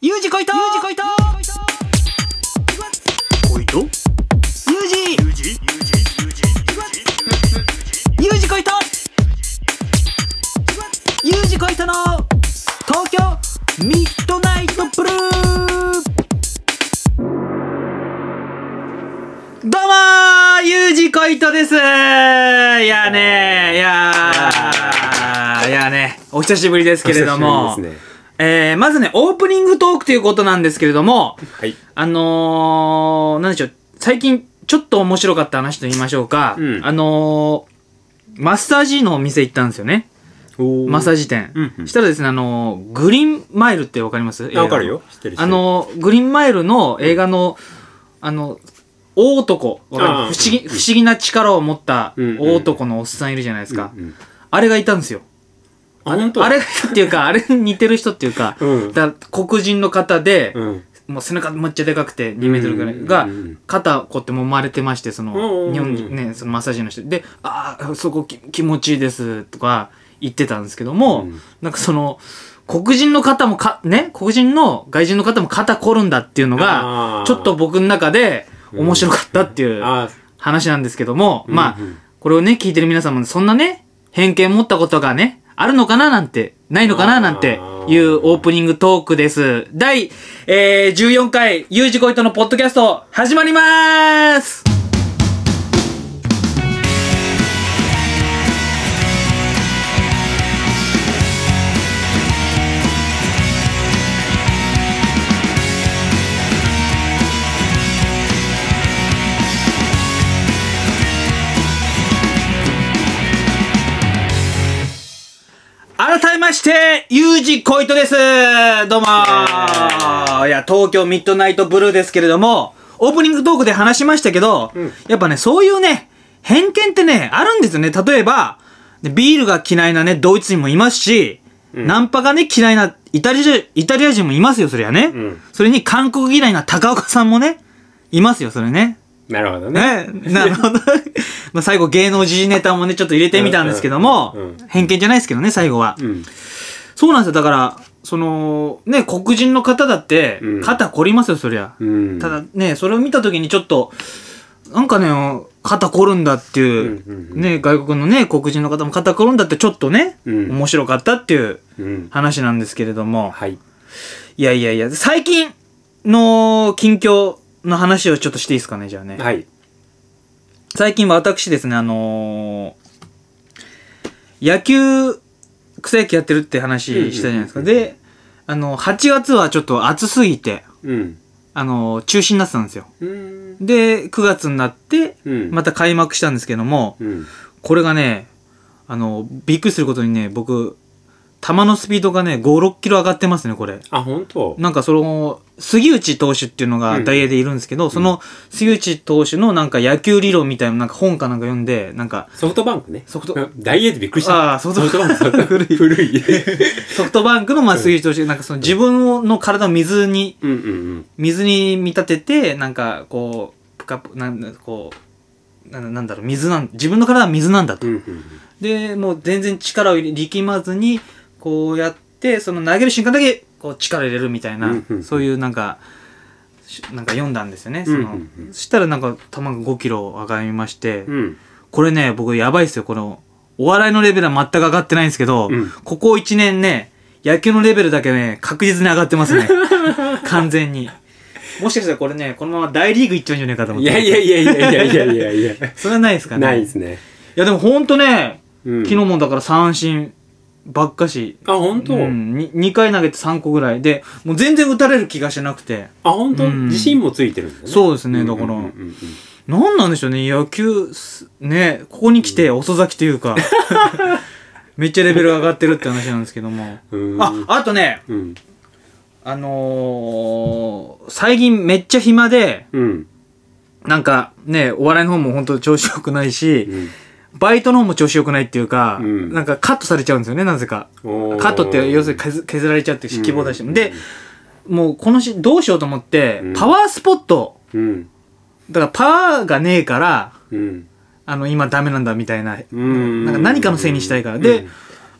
ユージこいとユージこいとおいとユユージージユージユージユージこいとユージこいとの東京ミッドナイトブルーどうもーユージこいとですいやねいやーいやねお久しぶりですけれどもお久しぶりですねえー、まずね、オープニングトークということなんですけれども、はいあのー、なんでしょう、最近、ちょっと面白かった話と言いましょうか、うんあのー、マッサージのお店行ったんですよね。おマッサージ店。うんうんしたらですね、あのー、グリーンマイルってわかりますあわかるよ知ってる知ってるあのー、グリーンマイルの映画の、あの、大男、わかるああ不思議、不思議な力を持ったうん大男のおっさんいるじゃないですか。うんうんあれがいたんですよ。あ本当あれがいたっていうか、あれに似てる人っていうか、うんだから黒人の方で、うんもう背中めっちゃでかくて2メートルぐらうんいうんがうん肩こうやって揉まれてましてそうんうんうのん日本人ねそのマッサージの人で「ああそこき気持ちいいです」とか言ってたんですけども、うんなんかその黒人の方もかね黒人の外人の方も肩凝るんだっていうのあがーちょっと僕の中で面白かったっていうあ話なんですけども、うんまあうんこれをね聞いてる皆さんもそんなね偏見持ったことがねあるのかななんてないのかななんていうオープニングトークです第、えー、14回ユージコイトのポッドキャスト始まります改めましてユージコイトですどうもーいや東京ミッドナイトブルーですけれどもオープニングトークで話しましたけど、うんやっぱねそういうね偏見ってねあるんですよね例えばねビールが嫌いなねドイツ人もいますし、うんナンパがね嫌いなイタリアイタリア人もいますよそりゃね、うんそれに韓国嫌いな高岡さんもねいますよそれねなるほどねね、なるほ ど。まあ最後芸能人ネタもね、ちょっと入れてみたんですけども、うんうん偏見じゃないですけどね、最後は。うんそうなんですよ。だから、その、ね、黒人の方だってう、ん肩凝りますよ、そりゃ。うんただね、それを見た時にちょっと、なんかね、肩凝るんだっていう、うんうんうんね、外国のね、黒人の方も肩凝るんだってちょっとね、うん面白かったっていううん話なんですけれども、はいいやいやいや、最近の近況の話をちょっとしていいですかね、じゃあね。はい最近私ですね、あのー野球、草野球やってるって話したじゃないですか。うんうんうんうんで、あの、8月はちょっと暑すぎて、うんあのー中止になってたんですよ。うんで、9月になって、うんまた開幕したんですけども、うんこれがね、あのーびっくりすることにね、僕、球のスピードがね、5、6キロ上がってますね、これ。あ本当なんかその、杉内投手っていうのがダイエーでいるんですけど、その杉内投手のなんか野球理論みたいななんか本かなんか読んで、なんか、ソフトバンクねソフトうんダイエーでびっくりしたああ、ソフトバンク。ソフトバンク古い。古いソフトバンクの、まあ、杉内投手、なんかその自分の体を水に、うんうん水に見立てて、なんか、こう、ぷかぷ、なんだ、こう、なんなんだろう、水なん、自分の体は水なんだうと。んうんうんで、もう全然力を入れ力まずに、こうやって、その投げる瞬間だけ、こう力入れるみたいなうんう、んそういうなんか、しなんか読んだんですよね。そのうんうんう、んそしたらなんか、球が5キロ上がりまして、うんこれね、僕やばいですよ、この、お笑いのレベルは全く上がってないんですけど、うんここ1年ね、野球のレベルだけね、確実に上がって ますね。完全に。もしかしたらこれね、このまま大リーグ行っちゃうんじゃないかと思っいて。やいやいやいやいやいやいやいやそれはないですかね。ないでいすねやでもほんとね、昨昨日もだから三振ばっかし。あ本当うん、に2回投げて3個ぐらいで、もう全然打たれる気がしなくて。あ本当うん自信もついてるんだねそうですねんんんだんからなんなんでしょうね、野球す、ね、ここに来て遅咲きという か、めっちゃレベル上がってるって話なんですけども。うんあ、あとね、うんあのー、最近めっちゃ暇で、うんなんかね、お笑いの方も本当調子良くないし、うんバイトの方も調子良くないっていうか、うんなんかカットされちゃうんですよね、なぜか。おーカットって要するに削削られちゃって希望出しても。うんで、もうこのし、どうしようと思って、うんパワースポット、うんだからパワーがねえから、うんあの、今ダメなんだみたいな、うんなんか何かのせいにしたいから。うでん、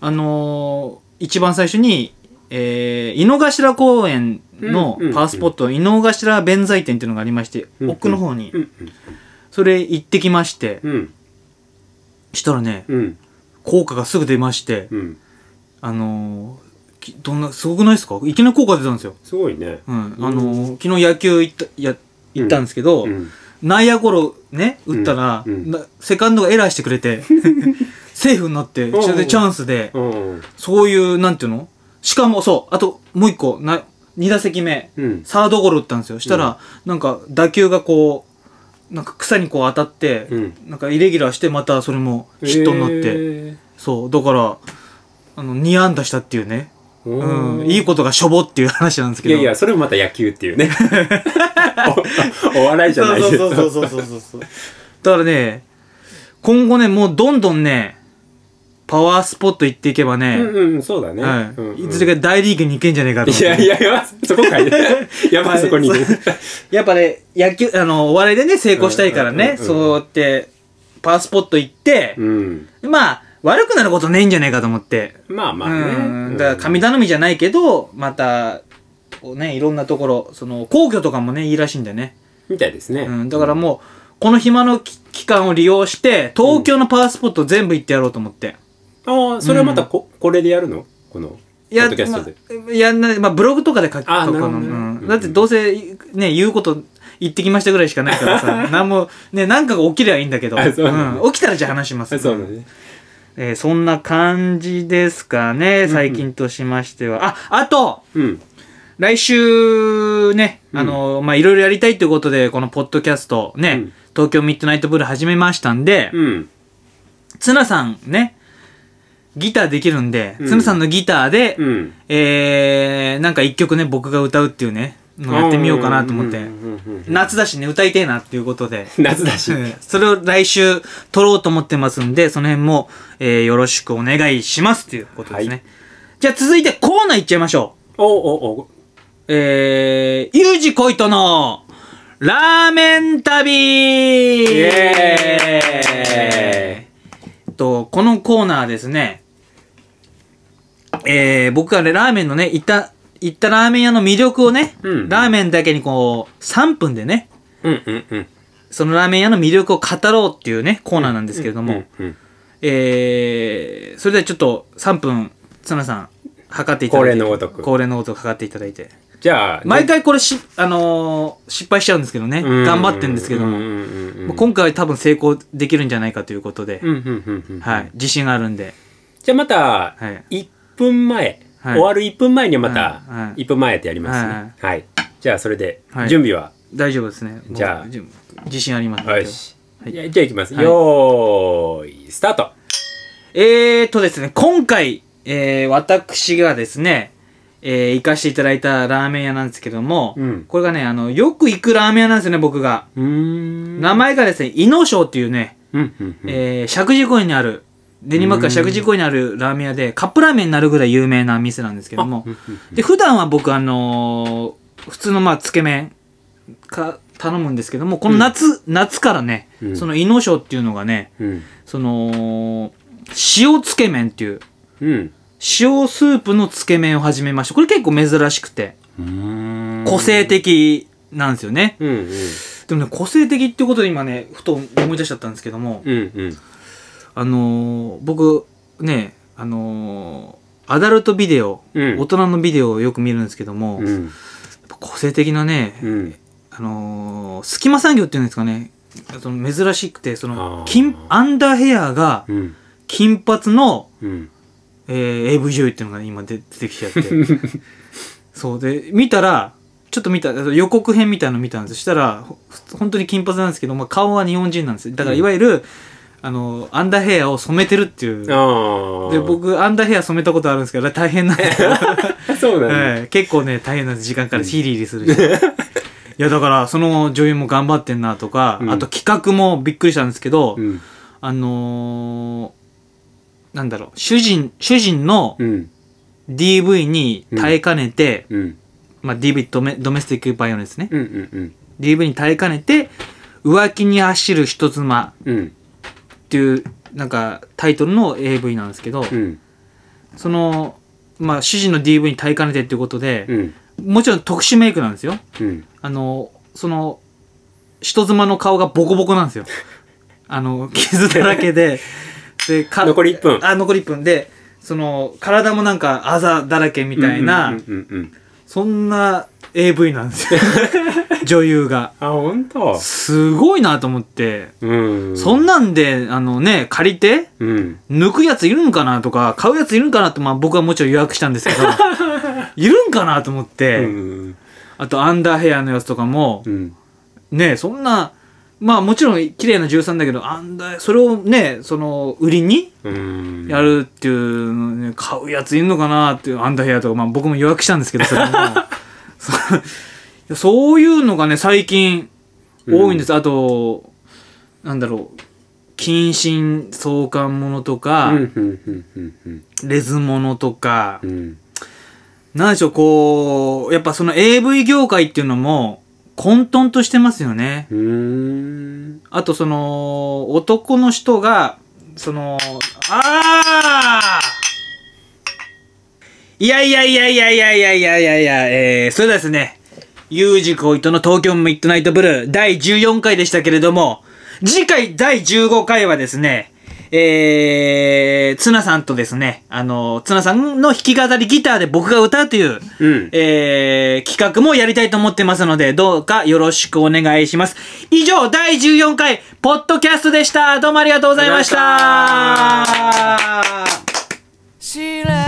あのー一番最初に、ええー、井の頭公園のうんうんパワースポット、井の頭弁財天っていうのがありまして、うん奥の方にう、んそれ行ってきまして、うんしたらね、うん効果がすぐ出まして、うんあのーきどんな、すごくないですかいきなり効果出たんですよ。すごいねうん。あのー昨日野球行った、や、行ったんですけど、うん内野ゴロね、打ったら、うんうんなセカンドがエラーしてくれ て、セーフになって、おうそれでチャンスで、うんそういう、なんていうのしかも、そう、あと、もう一個、な、二打席目、うんサードゴロ打ったんですよ。したら、なんか、打球がこう、なんか草にこう当たって、うんなんかイレギュラーして、またそれもヒットになって、えそう、だから、あの、2安打したっていうね、ーうん、いいことがしょぼっていう話なんですけいど。やいや、それもまた野球っていう ね。お お笑いじゃないそうけそうど。そうそうそうそうそう。だからね、今後ね、もうどんどんね、パワースポット行っていけばね、うんうん、そうだね。はいうんういんずれか大リーグに行けんじゃねえかと思っいてやいや、やばそこか い。やばい、そこに。はいやっぱね、野球、あの、お笑いでね、成功したいからね、うんうんうんうんそうやって、パワースポット行って、うん。まあ、悪くなることねえんじゃねえかと思って。まあまうんあうね。ん。だから、神頼みじゃないけど、また、こうね、いろんなところ、その、皇居とかもね、いいらしいんだよね。みたいですね。うん。だからもう、この暇のき期間を利用して、東京のパワースポット全部行ってやろうと思って。ああ、それはまたこ、これでやるのこの、いや、ポッドキャストで。まあいやんない、まあ、ブログとかで書くとあかーなるほどの、ねうん。だってどうせ、ね、言うこと、言ってきましたぐらいしかないから さ、なんも、ね、なんかが起きりゃいいんだけど、あそうなんだうん起きたらじゃあ話します。あそうだね。えーそんな感じですかね、最近としましては。あ、あと、うん。来週ね、うんあの、まあ、いろいろやりたいということで、このポッドキャストね、うん東京ミッドナイトブルー始めましたんで、うん。ツナさんね、ギターできるんで、うんツナさんのギターで、うん。えー、なんか一曲ね、僕が歌うっていうね、のやってみようかなと思ってうん。うんうんうんうん夏だしね、歌いてえなっていうことで。夏だし。うんそれを来週撮ろうと思ってますんで、その辺も、えーよろしくお願いしますということですね。はいじゃあ続いてコーナーいっちゃいましょう。おおおえー、ゆうじこいとの、ラーメン旅イエーイと、このコーナーですね、えー、僕がね、ラーメンのね、行った、行ったラーメン屋の魅力をね、うんラーメンだけにこう、3分でね、うんうんうん。そのラーメン屋の魅力を語ろうっていうね、コーナーなんですけれども、うんうん。えー、それではちょっと3分、ツナさん、測っていただ恒いて。例のごとく。恒例のこと測っていただいて。じゃあ、毎回これし、あのー失敗しちゃうんですけどね。うん、頑張ってるんですけども。うもんうんうんううん今回多分成功できるんじゃないかということで。うんうんうんうんはい。。自信があるんで。じゃあまた、はい。 1分前、はい終わる1分前にはまたはいはい1分前ってやりますね。はい、じゃあそれではい準備は、大丈夫ですね。じゃあもうじ自信あります。よし。はいじゃあじゃあいきます。はいよーい、スタートえーとですね、今回、えー、私がですね、えー、行かせていただいたラーメン屋なんですけども、うんこれがね、あの、よく行くラーメン屋なんですよね、僕が。うーん名前がですね、伊能省っていうね、うんうんうんえー、石神井公園にある、練馬区石神井公園にあるラーメン屋で、カップラーメンになるぐらい有名な店なんですけどもうん、うんで、普段は僕、あのー普通のまあ、つけ麺か、頼むんですけども、この夏、夏からね、うんその伊能省っていうのがね、うんその、塩つけ麺っていう、うん塩スープのつけ麺を始めました。これ結構珍しくて、うーん個性的なんですよね。うんうんでもね、個性的ってことで今ね、ふと思い出しちゃったんですけども、うんうんあのー僕、ね、あのーアダルトビデオ、うん大人のビデオをよく見るんですけども、うやっんぱ個性的なね、うんあのー隙間産業っていうんですかね、その珍しくて、そのあー金、アンダーヘアがうん金髪の、うんえー、AV 女優っていうのが今出出てきちゃ って。そうで、見たら、ちょっと見た、予告編みたいなの見たんです。そしたら、ほ本当に金髪なんですけど、まあ、顔は日本人なんです。だから、いわゆる、あの、アンダーヘアを染めてるっていう。あーで、僕、アンダーヘア染めたことあるんですけど、大変なんです よ。そうなんだ、はい結構ね、大変なんです。時間からヒリヒリする し。いや、だから、その女優も頑張ってんなとか、うんあと企画もびっくりしたんですけど、うんあのーなんだろう、主人、主人のうん DV に耐えかねて、うんまあ、DV ドメ、ドメスティックバイオレンスね。うんうんうん DV に耐えかねて、浮気に走る人妻うんっていう、なんか、タイトルの AV なんですけど、うんその、まあ、主人の DV に耐えかねてっていうことで、うん。もちろん特殊メイクなんですよ。うん。あの、その、人妻の顔がボコボコなんですよ。 あの、傷だらけ で、で、か残り1分。あ、残り1分で、その、体もなんかあざだらけみたいな、うんうんうんうん。そんな AV なん ですよ。女優が。あ、ほんとすごいなと思って、うん。そんなんで、あのね、借りて、うん。抜くやついるんかなとか、買うやついるんかなって、まあ僕はもちろん予約したん ですけど、いるんかなと思っうて、ん。あとアンダーヘアのやつとかもう、ん。ね、そんな、まあもちろん綺麗な13だけど、アンダー、それをね、その、売りにうん。やるっていうのね、買うやついるのかなっていうアンダーヘアとか、まあ僕も予約したんですけど、そ れも。そういやそういうのがね、最近多いんです。あと、なんだろう、近親相関ものとうか、ん。うん。うん。うんうん。レズものとか、うん。なんでしょう、こう、やっぱその AV 業界っていうのも、混沌としてますよね。うーん。あとその、男の人が、その、ああいやいやいやいやいやいやいやいやいや、えー、それではですね、ユージコイトの東京ミッドナイトブルー第14回でしたけれども、次回第15回はですね、えー、ツナさんとですね、あの、ツナさんの弾き語りギターで僕が歌うという、うん。えー、企画もやりたいと思ってますので、どうかよろしくお願いします。以上、第14回、ポッドキャストでした。どうもありがとうございました。ありがとうございました知ら